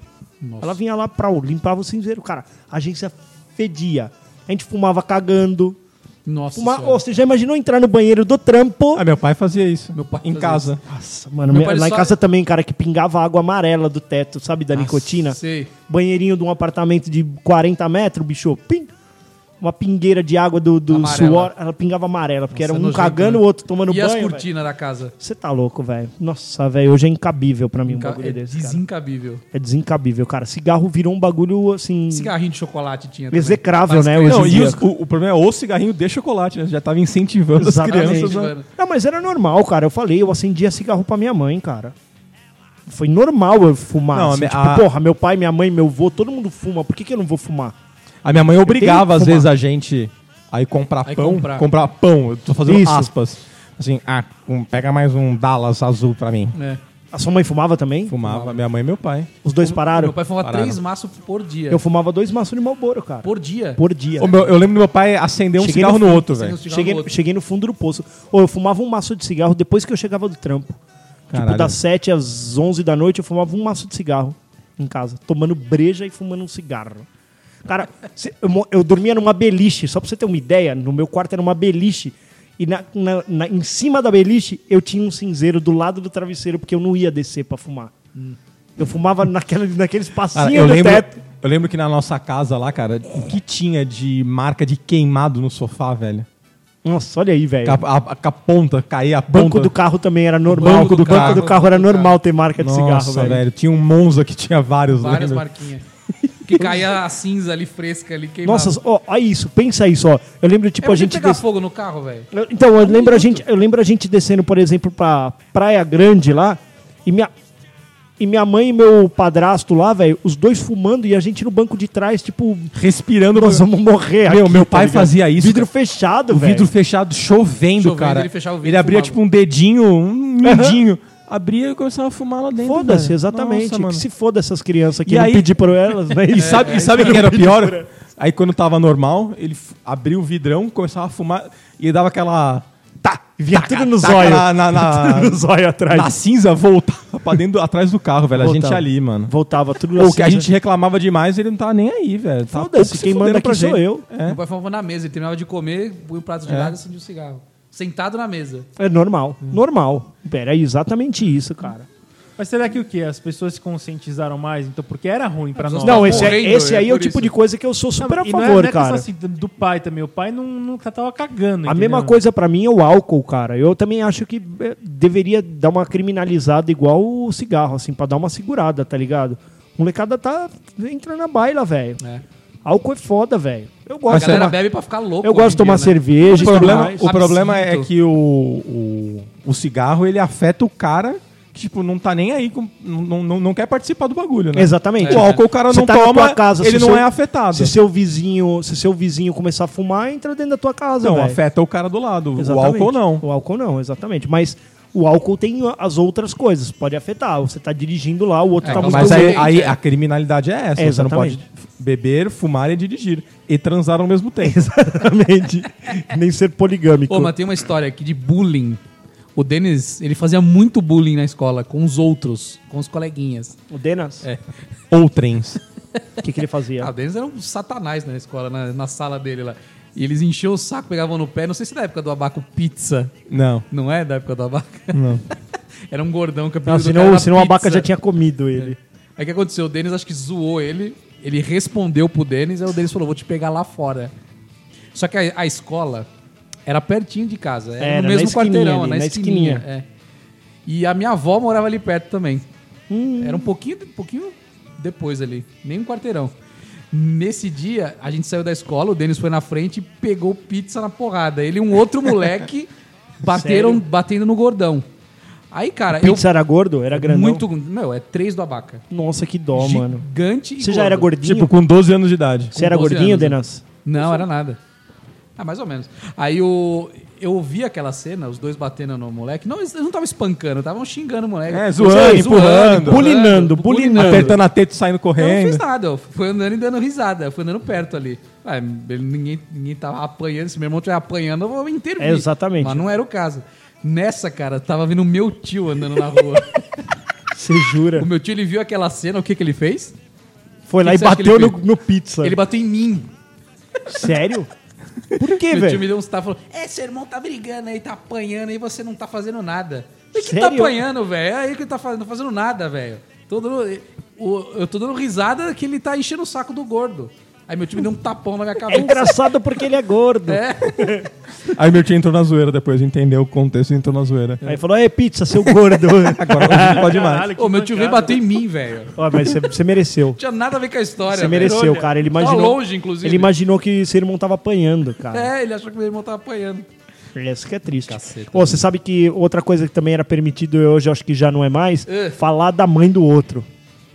Ela vinha lá pra limpava o cinzeiro, cara. A agência fedia. A gente fumava cagando. Nossa. Fuma... Senhora. Ô, você já imaginou entrar no banheiro do trampo? Ah, meu pai fazia isso. Meu pai em fazia casa. Nossa, mano, Meu minha- pai lá em só- casa também, cara, que pingava água amarela do teto, sabe, da nicotina. sei. Banheirinho de um apartamento de 40 metros, bicho, pim. Uma pingueira de água do, do Amarela. suor, ela pingava amarela, porque Nossa, era um nojento, né? cagando, o outro tomando e banho. as velho. cortinas da casa? Você tá louco, velho. Nossa, velho, hoje é incabível pra mim um bagulho é desse, cara. desencabível. É desencabível, cara. Cigarro virou um bagulho, assim, [laughs] Cigarrinho de chocolate tinha. também. execrável, Mas né, criança- Não, hoje em e dia. os- o, o problema é o cigarrinho de chocolate, né? Já tava incentivando Exatamente. as crianças. né? a- mano. Não, mas era normal, cara. Eu falei, eu acendia cigarro pra minha mãe, cara. Foi normal eu fumar. Não, assim, a- tipo, a- porra, meu pai, minha mãe, meu avô, todo mundo fuma. Por que, que eu não vou fumar? A minha mãe tenho que obrigava, às fumar. vezes, a gente a ir comprar A ir pão. comprar. Comprar. pão, eu tô fazendo Isso. aspas. Assim, ah, um- pega mais um Dallas azul pra mim. É. A sua mãe fumava também? Fumava minha mãe e meu pai. Os dois pararam? Meu pai fumava Pararam. três maços por dia. Eu fumava dois maços de Marlboro, cara. Por, Por dia. dia. Ô, meu, eu lembro do meu pai acender um Cheguei cigarro no no, outro, velho. Acendeu um cigarro Cheguei, no outro. cheguei no fundo do poço. Ou eu fumava um maço de cigarro depois que eu chegava do trampo. Tipo, Caralho. das 7 às 11 da noite eu fumava um maço de cigarro em casa, tomando breja e fumando um cigarro. Cara, [laughs] cê- eu, mo- eu dormia numa beliche, só pra você ter uma ideia, no meu quarto era uma beliche. E na, na- na- em cima da beliche eu tinha um cinzeiro do lado do travesseiro, porque eu não ia descer pra fumar. Eu fumava naquela, naquele Hum. espacinho Cara, eu, do lembro, teto. eu lembro que na nossa casa lá, cara, o que tinha de marca de queimado no sofá, velho? Nossa, olha aí, velho. Com a, a- com a ponta, caía a ponta. É. Banco do carro também era normal. Banco do O banco carro. do carro era normal ter marca de Nossa, cigarro, velho. velho. Tinha um Monza que tinha vários. [laughs] Várias lembra? marquinhas. que caía a cinza ali fresca ali queimava. Nossa, ó, olha isso, pensa isso, ó. Eu lembro, tipo, é a gente. pegar des- fogo no carro, velho. Eu- Então, eu lembro, a gente, eu lembro a gente descendo, por exemplo, pra Praia Grande lá, e minha. E minha mãe e meu padrasto lá, velho, os dois fumando e a gente no banco de trás, tipo, Respirando. nós vamos morrer Meu, aqui, meu tá pai ligado? fazia isso, Vidro fechado, O velho. vidro fechado, chovendo, Chovendo, cara. ele fechava o vidro Ele e abria fumava. tipo um dedinho, um mindinho. Abria e começava a fumar lá dentro. Foda-se, velho. exatamente. Nossa, mano. que se É, foda essas crianças aqui, E não aí- pedi por elas, velho. [laughs] E sabe, e sabe o [laughs] que era pior? Aí quando tava normal, ele f- abria o vidrão, começava a fumar e dava aquela. Tá! Vinha taca, tudo no taca zóio. Na, na, na- [laughs] Tudo no zóio atrás. na cinza, voltava [laughs] pra dentro, atrás do carro, velho. A gente Voltava. ali, mano. Voltava tudo Ou que a assim, gente reclamava demais, ele não tava nem aí, velho. Tá Tava Foda-se, pouco se quem fudendo manda aqui pra sou gente. eu. É. Meu pai fumava na mesa, ele terminava de comer, põe o prato de lado e acendia o cigarro. Sentado na mesa. É normal, Hum. normal. Pera, é exatamente isso, cara. Mas será que o quê? As pessoas se conscientizaram mais? Então, porque era ruim pra nós. não, esse, é- morrendo, esse é aí é o por tipo isso. de coisa que eu sou super a E não favor, é- não é questão cara. assim do- do pai também. O pai não, nunca tava cagando. A entendeu? mesma coisa pra mim é o álcool, cara. Eu também acho que eh, deveria dar uma criminalizada igual o cigarro, assim, pra dar uma segurada, tá ligado? Molecada tá entrando na baila, velho. É. Álcool é foda, velho. Eu A gosto. de galera tomar- bebe pra ficar louco. é Eu gosto de tomar cerveja. cerveja. O e tudo problema, mais. o problema é Absinto. que o, o, o cigarro, ele afeta o cara que, tipo, não tá nem aí, com, não, não, não quer participar do bagulho, né? Exatamente. O álcool o cara Você não tá na toma, tua casa, ele se não seu- é afetado. Se seu vizinho, se seu vizinho começar a fumar, entra dentro da tua casa, Não, velho. Então, afeta o cara do lado. Exatamente. O álcool não. O álcool não, exatamente. Mas o álcool tem as outras coisas, pode afetar. Você tá dirigindo lá, o outro tá então, muito É, Mas Mas aí, o- aí a criminalidade é essa. É, você não pode exatamente. f- beber, fumar e dirigir. E transar ao mesmo tempo. [laughs] Exatamente. Nem ser poligâmico. Pô, mas tem uma história aqui de bullying. O Denis, ele fazia muito bullying na escola, com os outros, com os coleguinhas. O Denas, É. o Ou [laughs] trens. que, que ele Ah, o fazia? Denis era um satanás na escola, na, na sala dele lá. E eles enchiam o saco, pegavam no pé. Não sei se é da época do abaco pizza. Não. Não é da época do abaca? Não. [laughs] era um gordão que Não, apelidou senão, senão o abaca já tinha comido ele. Aí o que aconteceu? O Denis acho que zoou ele. Ele respondeu pro Denis, aí o Denis falou: vou te pegar lá fora. Só que a, a escola era pertinho de casa. Era, Era, no na mesmo esquininha quarteirão, ali, na, na esquininha. esquininha. é. E a minha avó morava ali perto também. Hum. Era um pouquinho, um pouquinho depois ali, nem um quarteirão. Nesse dia, a gente saiu da escola, o Denis foi na frente e pegou pizza na porrada. Ele e um [laughs] outro moleque bateram, batendo no gordão. Aí, É. cara, eu. Pizza era gordo? Era grandão? Muito. Meu, é três do abaca. Nossa, que dó, mano. Gigante e Você já era gordo. gordinho? Tipo, com 12 anos de idade. Você era 12 gordinho, anos, né? Denas? Não, era nada. Ah, mais ou menos. Aí eu, eu ouvi aquela cena, os dois batendo no moleque. Não, eles não estavam espancando, estavam xingando o moleque. É, zoando, empurrando. Bulinando, bulinando. Apertando a teta e saindo Eu não correndo. fiz nada, eu fui andando e dando risada, eu fui andando perto ali. Ah, ele- ninguém, ninguém tava apanhando, se meu irmão estiver apanhando, eu vou intervir. É, exatamente. Mas não era o caso. Nessa, cara, tava vindo meu tio andando na [laughs] rua. Você jura? o meu tio, ele viu aquela cena, o que que ele fez? Foi lá que e você acha que bateu ele no, no pizza. Ele bateu em mim. [laughs] Sério? Por que, Meu tio me velho? deu uns tapas e falou: É, seu irmão tá brigando aí, tá apanhando aí, você não tá fazendo nada. E que tá Sério? apanhando, velho? É aí que ele tá fazendo, não tá fazendo nada, velho. Tô dando- o- Eu tô dando risada que ele tá enchendo o saco do gordo. Aí meu time deu um tapão na minha É cabeça. engraçado porque ele é gordo. É. Aí meu tio entrou na zoeira depois, entendeu o contexto e entrou na zoeira. Aí falou, é pizza, seu gordo. [laughs] [laughs] Agora a gente não pode mais. Ô, meu tio veio bater em né? mim, velho. Não Ó, mas você- você mereceu. tinha nada a ver com a história. Você velho. mereceu, cara. Ele tá Tava imaginou. né? Tá longe, inclusive. Ele imaginou que seu irmão tava apanhando, cara. É, ele achou que meu irmão tava apanhando. Isso que é triste. Caceta. Ô, você sabe que outra coisa que também era permitido e hoje, eu acho que já não é mais, É. falar da mãe do outro.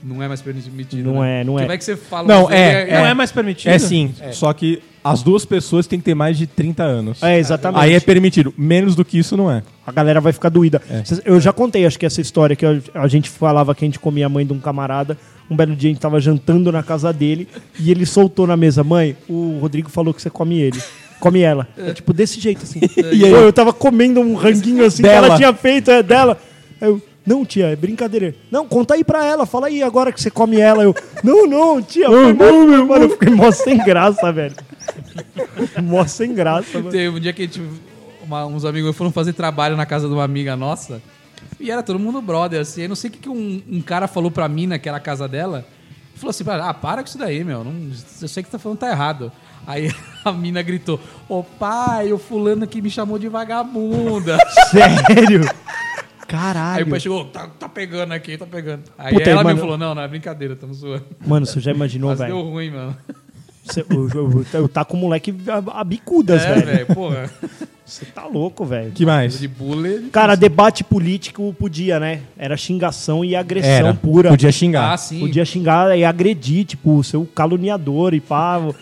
Não é mais permitido. Não né? é, não é. Como é que você fala? Não, Você é, Não é mais permitido? É sim, só que as duas pessoas têm que ter mais de 30 anos. É, exatamente. Aí é permitido. Menos do que isso não é. A galera vai ficar doída. Cês- Eu já contei, acho que essa história que a- a gente falava que a gente comia a mãe de um camarada. Um belo dia a gente tava jantando na casa dele e ele soltou na mesa, mãe, o Rodrigo falou que você come ele. Come ela. [laughs] É tipo desse jeito, assim. [laughs] e aí? Eu tava comendo um ranguinho assim que Dela. ela tinha feito, é dela. Aí eu, não, tia, é brincadeira. Não, conta aí pra ela, fala aí agora que você come ela. Eu, não, não, tia, não, não, meu mano. Eu fiquei mó sem graça, [laughs] velho. Mó sem graça, mano. Teve um dia que a gente, uma- uns amigos meus foram fazer trabalho na casa de uma amiga nossa. E era todo mundo brother, assim. Eu não sei o que, que um, um cara falou pra mina, que era a casa dela. Falou assim, pra ela, ah, para com isso daí, meu. Não, eu sei que você tá falando que tá errado. Aí [laughs] a mina gritou, ô pai, o fulano que me chamou de [laughs] vagabunda. Sério? Aí Caralho. o pai chegou, tá, tá pegando aqui, tá pegando. Aí Puta, ela mano. mesmo falou, não, não é brincadeira, tamo zoando. Mano, você já imaginou, Mas velho? deu ruim, mano. Cê- Eu, eu, eu, eu tá com o moleque a, a bicudas, É, velho. velho, [laughs] porra. Você tá louco, velho. que mais? De bullet. Cara, debate político podia, né? Era xingação e agressão Era. pura. Podia xingar. Ah, sim. Podia xingar e agredir, tipo, seu caluniador e pavo.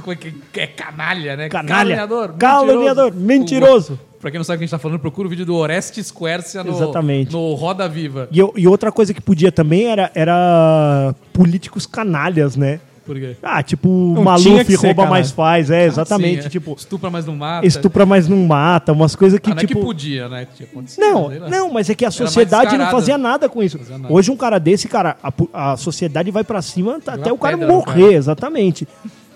Como é que é canalha, né? Canalha. Caluniador. Caluniador, mentiroso. O- Pra quem não sabe o que a gente tá falando, procura o vídeo do Orestes Quercia no, Exatamente. no Roda Viva. E, eu- e outra coisa que podia também era, era políticos canalhas, né? Por quê? Ah, tipo, tinha que Maluf ser rouba canalha. mais faz, é, exatamente. Sim, é. Tipo, Estupra, mas não mata. estupra mais não mata, umas coisas que, Ah, não é que tipo... podia, né? Que tinha acontecido, Não, sei lá. não, mas é que a mais sociedade não descarado. fazia nada com isso. Fazia nada. Hoje um cara desse, cara, a, pu- a sociedade vai pra cima tá- até o cara pedra no morrer, cara. exatamente.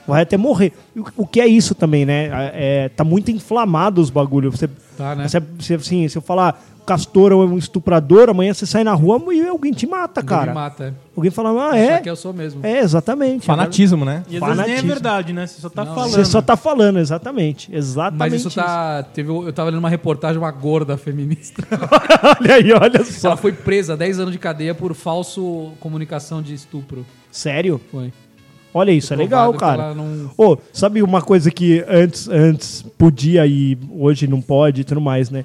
Vai até morrer. E O, o que é isso também, né? A- É, tá muito inflamado os bagulhos. Você, Tá, né? você, você- assim, se eu falar Castor é um estuprador, amanhã você sai na rua e alguém te mata, Ninguém cara. mata. Alguém fala, ah, É? é? que eu sou mesmo. É, exatamente. Fanatismo, né? E às vezes nem é Fanatismo. verdade, né? Você só tá falando. Você só tá falando, exatamente. Exatamente. Mas isso tá. Teve, eu tava lendo uma reportagem, uma gorda feminista. olha aí, olha [laughs] só. Ela foi presa 10 anos de cadeia por falso comunicação de estupro. Sério? Foi. Olha isso, é legal, Comprovado que cara. ela não- Ô, sabe uma coisa que antes, antes podia e hoje não pode e tudo mais, né?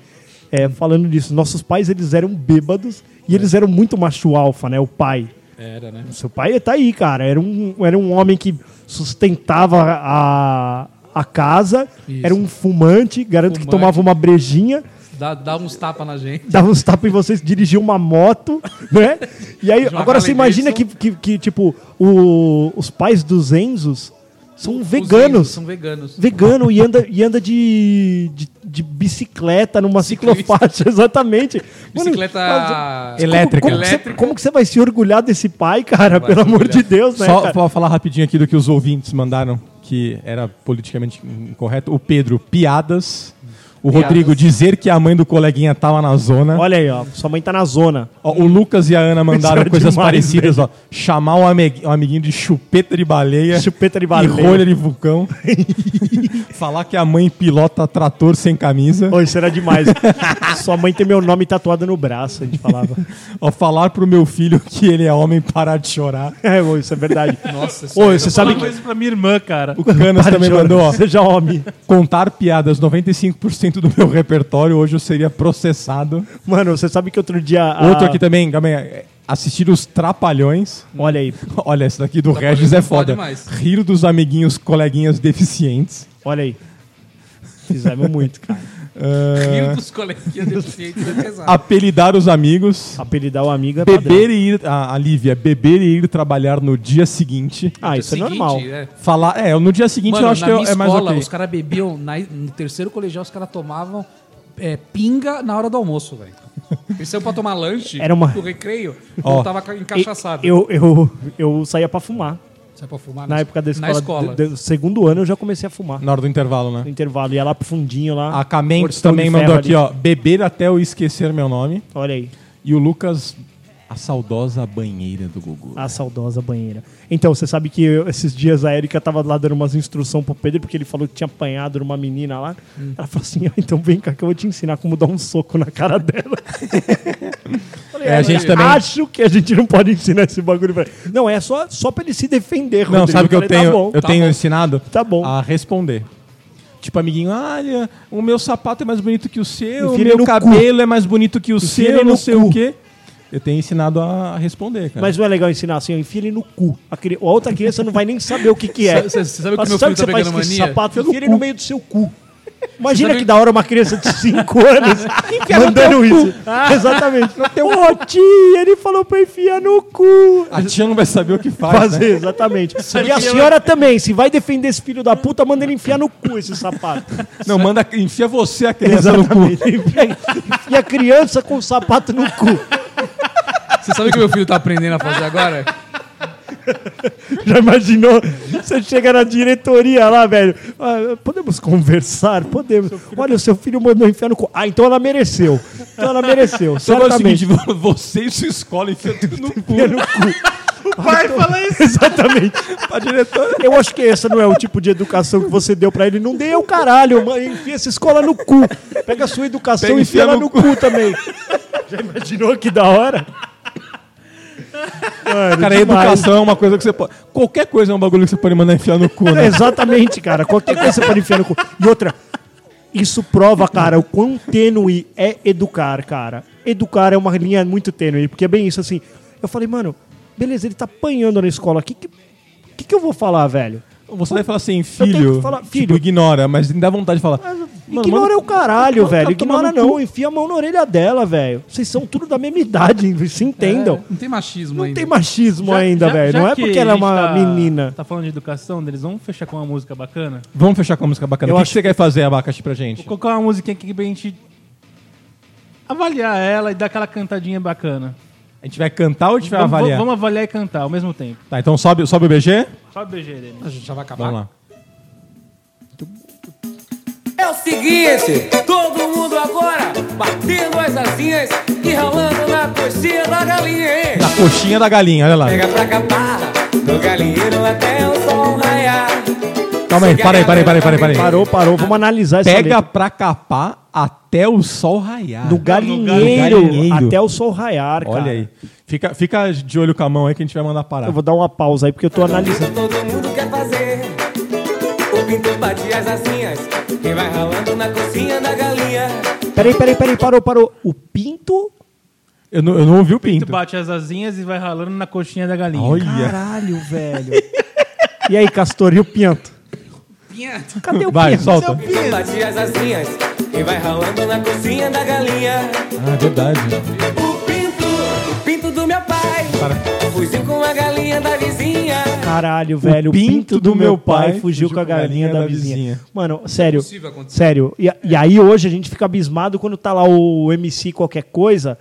É, falando disso, nossos pais eles eram bêbados e É. eles eram muito macho alfa, né? O pai. Era, né? Seu pai tá aí, cara. Era um, era um homem que sustentava a, a casa, Isso. era um fumante, garanto que Fumante. tomava uma brejinha. Dá, dá uns tapas na gente. dava uns tapas em vocês, dirigia uma moto, né? E aí, Jogava agora você Harley imagina que, Davidson. que, que, tipo, o- os pais dos Enzos são Os índios veganos. São veganos. Vegano e anda, e anda de, de, de bicicleta numa ciclofaixa, [laughs] exatamente. Mano, Bicicleta mas- Elétrica. Como, que você, Elétrica. como que você vai se orgulhar desse pai, cara? Vai Pelo se amor orgulhar. de Deus, né? Só cara? pra falar rapidinho aqui do que os ouvintes mandaram, que era politicamente incorreto. O Pedro, piadas. O Rodrigo, dizer que a mãe do coleguinha tava na zona. Olha aí, ó. Sua mãe tá [laughs] na zona. Ó, o Lucas e a Ana mandaram Isso é coisas demais, parecidas, ó. Chamar um, amig- um amiguinho de chupeta de [laughs] baleia. Chupeta de baleia. E rolha de vulcão. [laughs] Falar que a mãe pilota trator sem camisa. Ô, isso era demais. Sua mãe tem meu nome tatuado no braço, a [laughs] gente falava. Ó, falar pro meu filho que ele é homem parar de chorar. [laughs] É, ô, isso é verdade. [laughs] Nossa, isso Ô, aí você eu sabe Fala que. coisa pra minha irmã, cara. O Canas Para de também chorar, mandou, ó. Seja homem. Contar piadas, 95% do meu repertório, hoje eu seria processado. um. Mano, você sabe que outro dia. a- Outro aqui tá- também, calma aí, é, assistir os Trapalhões. [laughs] Olha aí, Olha, esse daqui do Trapalhões Regis é não pode foda. mais. Rir dos amiguinhos, coleguinhas deficientes. olha aí. Fizemos muito, cara. Rio É. dos coleguinhas deficientes é pesado. Ah, Ah, Apelidar os amigos. Apelidar o amigo é Beber e ir. ah, A, a Lívia, é beber e ir trabalhar no dia seguinte. padrão. Ah, isso Seguinte, é normal. né? Falar. É, no dia seguinte Mano, eu acho na que eu- minha é mais escola, ok. os caras bebiam, na- no terceiro colegial, os caras tomavam é, pinga na hora do almoço, velho. Eles saíam pra tomar lanche Era uma- do recreio, Ó. voltava ca- encachaçado. Eu, eu, eu saía pra fumar. Saia pra fumar Na época da escola. Ah, Na escola. do- do segundo ano eu já comecei a fumar. Na hora do intervalo, No né? intervalo. Ia lá pro fundinho lá. A Camentes portão de também ferro mandou ali. aqui, ó. Beber até eu esquecer meu nome. Olha aí. E o Lucas, a saudosa banheira do Gugu. A saudosa banheira. Então, você sabe que eu- esses dias a Erika tava lá dando umas instruções pro Pedro, porque ele falou que tinha apanhado numa menina lá. Ela falou assim: ó, então vem cá que eu vou te ensinar como dar um soco na cara dela. Falei, É, a "Ah, gente eu também- Acho que a gente não pode ensinar esse bagulho pra ele. Não, é só, só pra ele se defender. Não, Rodrigo. sabe o que eu falei, tenho, Tá bom, eu tá tenho bom." ensinado? Tá bom. A responder. Tipo, amiguinho, olha, o meu sapato é mais bonito que o seu, o Enfia ele meu no cabelo é mais bonito que o Enfia ele seu, não no sei cu. o quê. Eu tenho ensinado a responder, cara. Mas não é legal ensinar assim, ó, enfia ele no cu. A, cri... a outra criança não vai nem saber o que, que é. Sabe- você- você sabe o que Mas meu filho você tá faz pegando com esse mania? Sapato, Enfia no enfia ele no cu. meio do seu cu. Imagina sabe- que da hora uma criança de 5 anos mandando isso. Exatamente. Não tem um rotinho, ele falou pra enfiar no cu. a tia não Ah, vai saber o que faz, Fazer, né? exatamente. E a senhora também, se vai defender esse filho da puta, manda ele enfiar no cu esse sapato. Não, manda, enfia você a criança no cu. Exatamente. E a criança com o sapato no cu. Você sabe o que meu filho tá aprendendo a fazer agora? [laughs] Já imaginou? Você chega na diretoria lá, velho. Ah, podemos conversar? Podemos. Olha, o seu filho mandou enfiar no cu. Ah, então ela mereceu. Então ela [laughs] mereceu. Só faz o certamente. seguinte, você e sua escola enfia tudo no cu. Enfia no cu. [laughs] O pai fala isso. Exatamente. A diretora... Eu acho que esse não é o tipo de educação que você deu pra ele. Não deu, caralho. mãe. Enfia essa escola no cu. Pega a sua educação Pega e e enfia enfia ela no no cu [laughs] também. Já imaginou que da [laughs] hora? Mano, Cara, demais. educação é uma coisa que você pode... Qualquer [laughs] coisa é um bagulho que você pode mandar enfiar no cu, É, né? exatamente, cara. Qualquer coisa você pode enfiar no cu. E outra, Isso prova, cara, o quão tênue é educar, cara. Educar é uma linha muito tênue, porque é bem isso assim. Eu falei, mano, beleza, ele tá apanhando na escola. O que, que, que que eu vou falar, velho? Você vai falar assim, tenho que filho, falar, tipo, filho. ignora, mas me dá vontade de falar. Mano, ignora manda- é o caralho, Manda- velho. tá Ignora tomando não. Enfia a mão na orelha dela, velho. Vocês são tudo da mesma idade, [laughs] se entendam. Não tem machismo Não ainda. tem machismo É. Já- ainda, já- velho. já Não é que porque ela é a gente uma tá- menina. Tá falando de educação deles, vamos fechar com uma música bacana? Vamos fechar com uma música bacana. Eu o que, acho que você quer fazer, Abacaxi, pra gente? Vou colocar uma musiquinha aqui pra gente avaliar ela e dar aquela cantadinha bacana. A gente vai cantar ou a gente vai vamos, avaliar? vamos avaliar e cantar ao mesmo tempo. Tá, então sobe, sobe o BG? Só BG, Denis. A gente já vai acabar. Vamos lá. É o seguinte, todo mundo agora batendo as asinhas e ralando na coxinha da galinha, hein? Na coxinha da galinha, olha lá. Pega pra capar do galinheiro até o sol raiar. Calma aí, para aí, para aí, para aí, para aí, para aí. Parou, parou. Vamos analisar essa Pega letra. pra capar até o sol raiar. No galinheiro, galinheiro. até o sol raiar, cara. Olha aí. Fica, fica de olho com a mão aí que a gente vai mandar parar. Eu vou dar uma pausa aí porque eu tô analisando. Todo mundo quer fazer o pinto bate as asinhas e vai ralando na coxinha da galinha. Peraí, peraí, peraí, parou, parou. O pinto? Eu, não, eu não ouvi o pinto. Tu bate as asinhas e vai ralando na coxinha da galinha. Olha. Caralho, velho. E aí, Castor, e o pinto? Cadê o Vai, pinto? solta. Pinto bate as asinhas e vai ralando na coxinha da galinha. Ah, é verdade. O pinto, o pinto do meu pai, Para. fugiu com a galinha da vizinha. Caralho, velho. O pinto, do, meu pai, fugiu com a galinha, da, vizinha. Mano, sério. impossível acontecer. Sério. E, e aí hoje a gente fica abismado quando tá lá o MC qualquer coisa.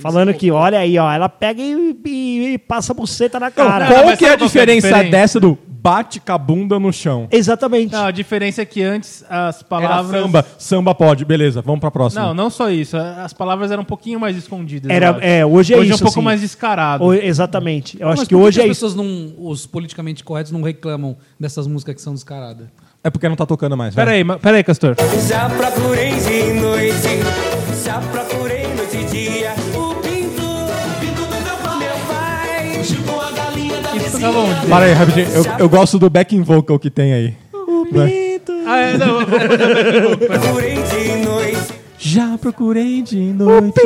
Falando que, olha aí, ó, ela pega e, e- e passa a buceta na cara. Qual mas que é a sabe qual que é a diferença diferença? dessa do bate com a bunda no chão? Exatamente. Não, a diferença é que antes as Era palavras. samba. Samba pode. Beleza, vamos pra próxima. Não, não só isso. As palavras eram um pouquinho mais escondidas. Era- eu acho. é, hoje é Hoje é um isso, pouco assim. mais descarado. O- exatamente. Eu acho Mas que por hoje as é isso. pessoas não. Os politicamente corretos não reclamam dessas músicas que são descaradas. É porque não tá tocando mais. vai. Pera aí, ma- pera aí, Castor. Já procurei de noite, já procurei noite e dia. O pinto, o pinto do meu pai, um meu pai, fugiu com a galinha da Isso tocava onde? Para aí, rapidinho. Eu, eu gosto do backing vocal que tem aí. Ah, é, não, Procurei de noite, Já procurei de noite.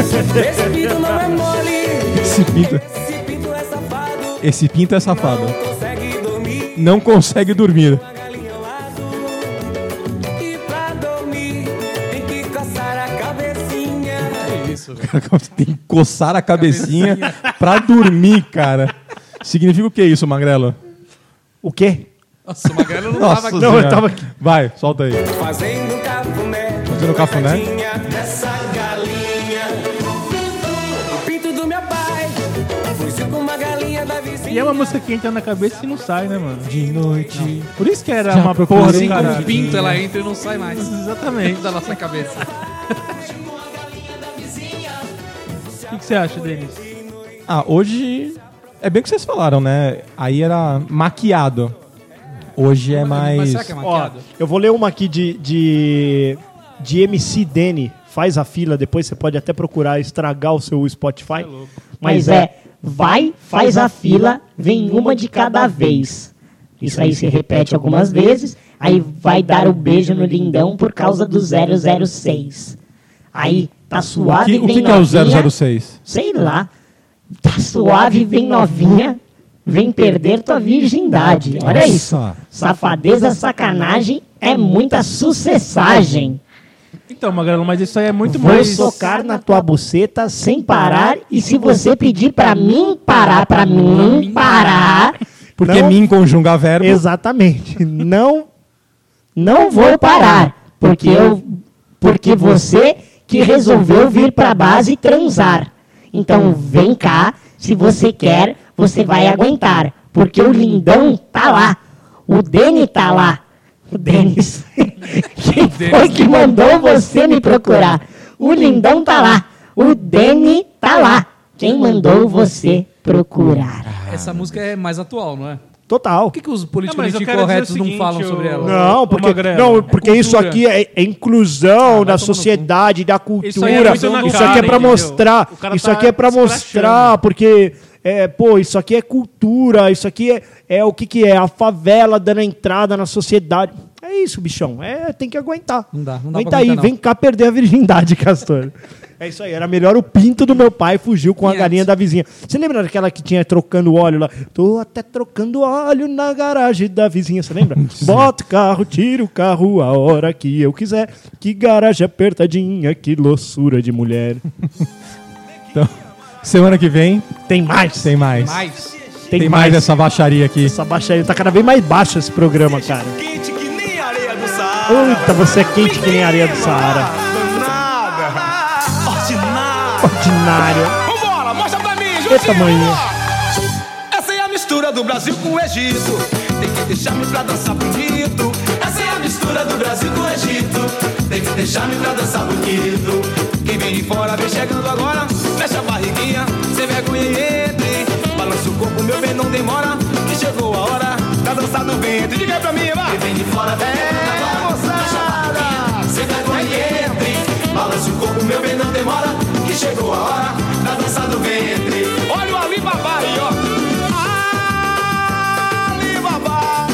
esse pinto não [laughs] é mole, Esse pinto, esse pinto é safado, esse pinto é safado. não consegue dormir. Não consegue dormir. [laughs] Com a galinha ao lado, e pra dormir tem que coçar a cabecinha. Tem que coçar a cabecinha pra dormir, cara. Significa o que isso, Magrelo? O quê? Nossa, o Magrelo não Nossa, tava aqui. Senhora. eu tava aqui. Vai, solta aí. Fazendo cafuné. Fazendo cafuné. coitadinha Dessa galinha. O pinto do meu pai. Fugiu com uma galinha da vizinha. E é uma música que entra na cabeça e não sai, né, mano? De noite. Por isso que era Já uma procurei, porra Assim do como caralho. o pinto, ela entra e não sai mais. Exatamente. Dentro da nossa cabeça. O que que você acha, Denis? Ah, hoje é bem o que vocês falaram, né? Aí era maquiado. Hoje é Mas mais. será que é Ó, maquiado? eu vou ler uma aqui de, de, de MC Dene. Faz a fila, depois você pode até procurar estragar o seu Spotify. Mas é, vai, faz a fila, vem uma de cada vez. Isso aí se repete algumas vezes, aí vai dar o beijo no lindão por causa do 006. Aí tá O suave, que, o vem que que é novinha, o 006? Sei lá. Tá suave, vem novinha, vem perder tua virgindade. Olha Nossa. isso. Safadeza, sacanagem, é muita sucessagem. Então, Magrelo, mas isso aí é muito Vou mais. socar na tua buceta sem parar. E se você pedir pra mim parar, pra mim parar, Porque Não. mim conjuga verbo. Exatamente. Não. não vou parar. Porque eu. Porque você que resolveu vir pra base transar. Então vem cá, se você quer, você vai aguentar. Porque o lindão tá lá. O Deni tá lá. O Denis. [laughs] Quem foi que mandou você me procurar? O lindão tá lá. O Deni tá lá. Quem mandou você procurar? Essa música é mais atual, não é? Por Total. que, que os Não, mas eu politicamente quero corretos dizer o não seguinte, falam o- sobre ela? Não, Ô, porque, Magrelo, não, porque é isso cultura. aqui é, é inclusão da Ah, no cu. sociedade, da cultura. Isso, aí é muito na aqui é cara, pra entendeu? mostrar. O cara Isso tá aqui é pra mostrar, escrachando. porque é, pô, isso aqui é cultura, isso aqui é, é o que que é a favela dando entrada na sociedade. É isso, bichão. É, tem que aguentar. Não dá, não dá Aguenta pra aí, aguentar, não. vem cá perder a virgindade, [laughs] Castor. é isso aí, era melhor o pinto do meu pai fugiu com a galinha da vizinha. Você lembra daquela que tinha trocando óleo lá? Tô até trocando óleo na garagem da vizinha, [laughs] você lembra? Bota o carro, tira o carro a hora que eu quiser. Que garagem apertadinha, que loucura de mulher. Então, semana que vem tem mais. Tem mais. Mais. Tem, mais essa baixaria aqui. Essa baixaria tá cada vez mais baixa esse programa, cara. Quente que nem areia do Saara. Puta, você é quente que nem a areia do Saara. Danada. Ordinária. Ordinária. Vambora, mostra pra mim, Que Justinho. tamanho. né? Essa é a mistura do Brasil com o Egito. Tem que deixar-me pra dançar bonito. Essa é a mistura do Brasil com o Egito. Tem que deixar-me pra dançar bonito. Quem vem de fora vem chegando agora. Fecha a barriguinha, sem vergonha e entre. Balança o corpo, meu bem, não demora. Que chegou a hora pra dançar no ventre. Diga aí pra mim, vai. Quem vem de fora vem é, moçada. Sem vergonha e entre. Balança o corpo, meu bem, não demora. Que chegou a hora pra dançar no ventre. Olha o Alibaba aí, ó. Alibaba.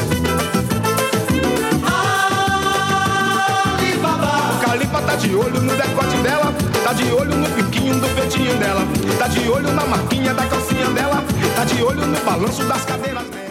Alibaba. O Calipa tá de olho no decote dela, tá de olho no piquinho do peitinho dela, tá de olho na marquinha da calcinha dela, tá de olho no balanço das cadeiras dela.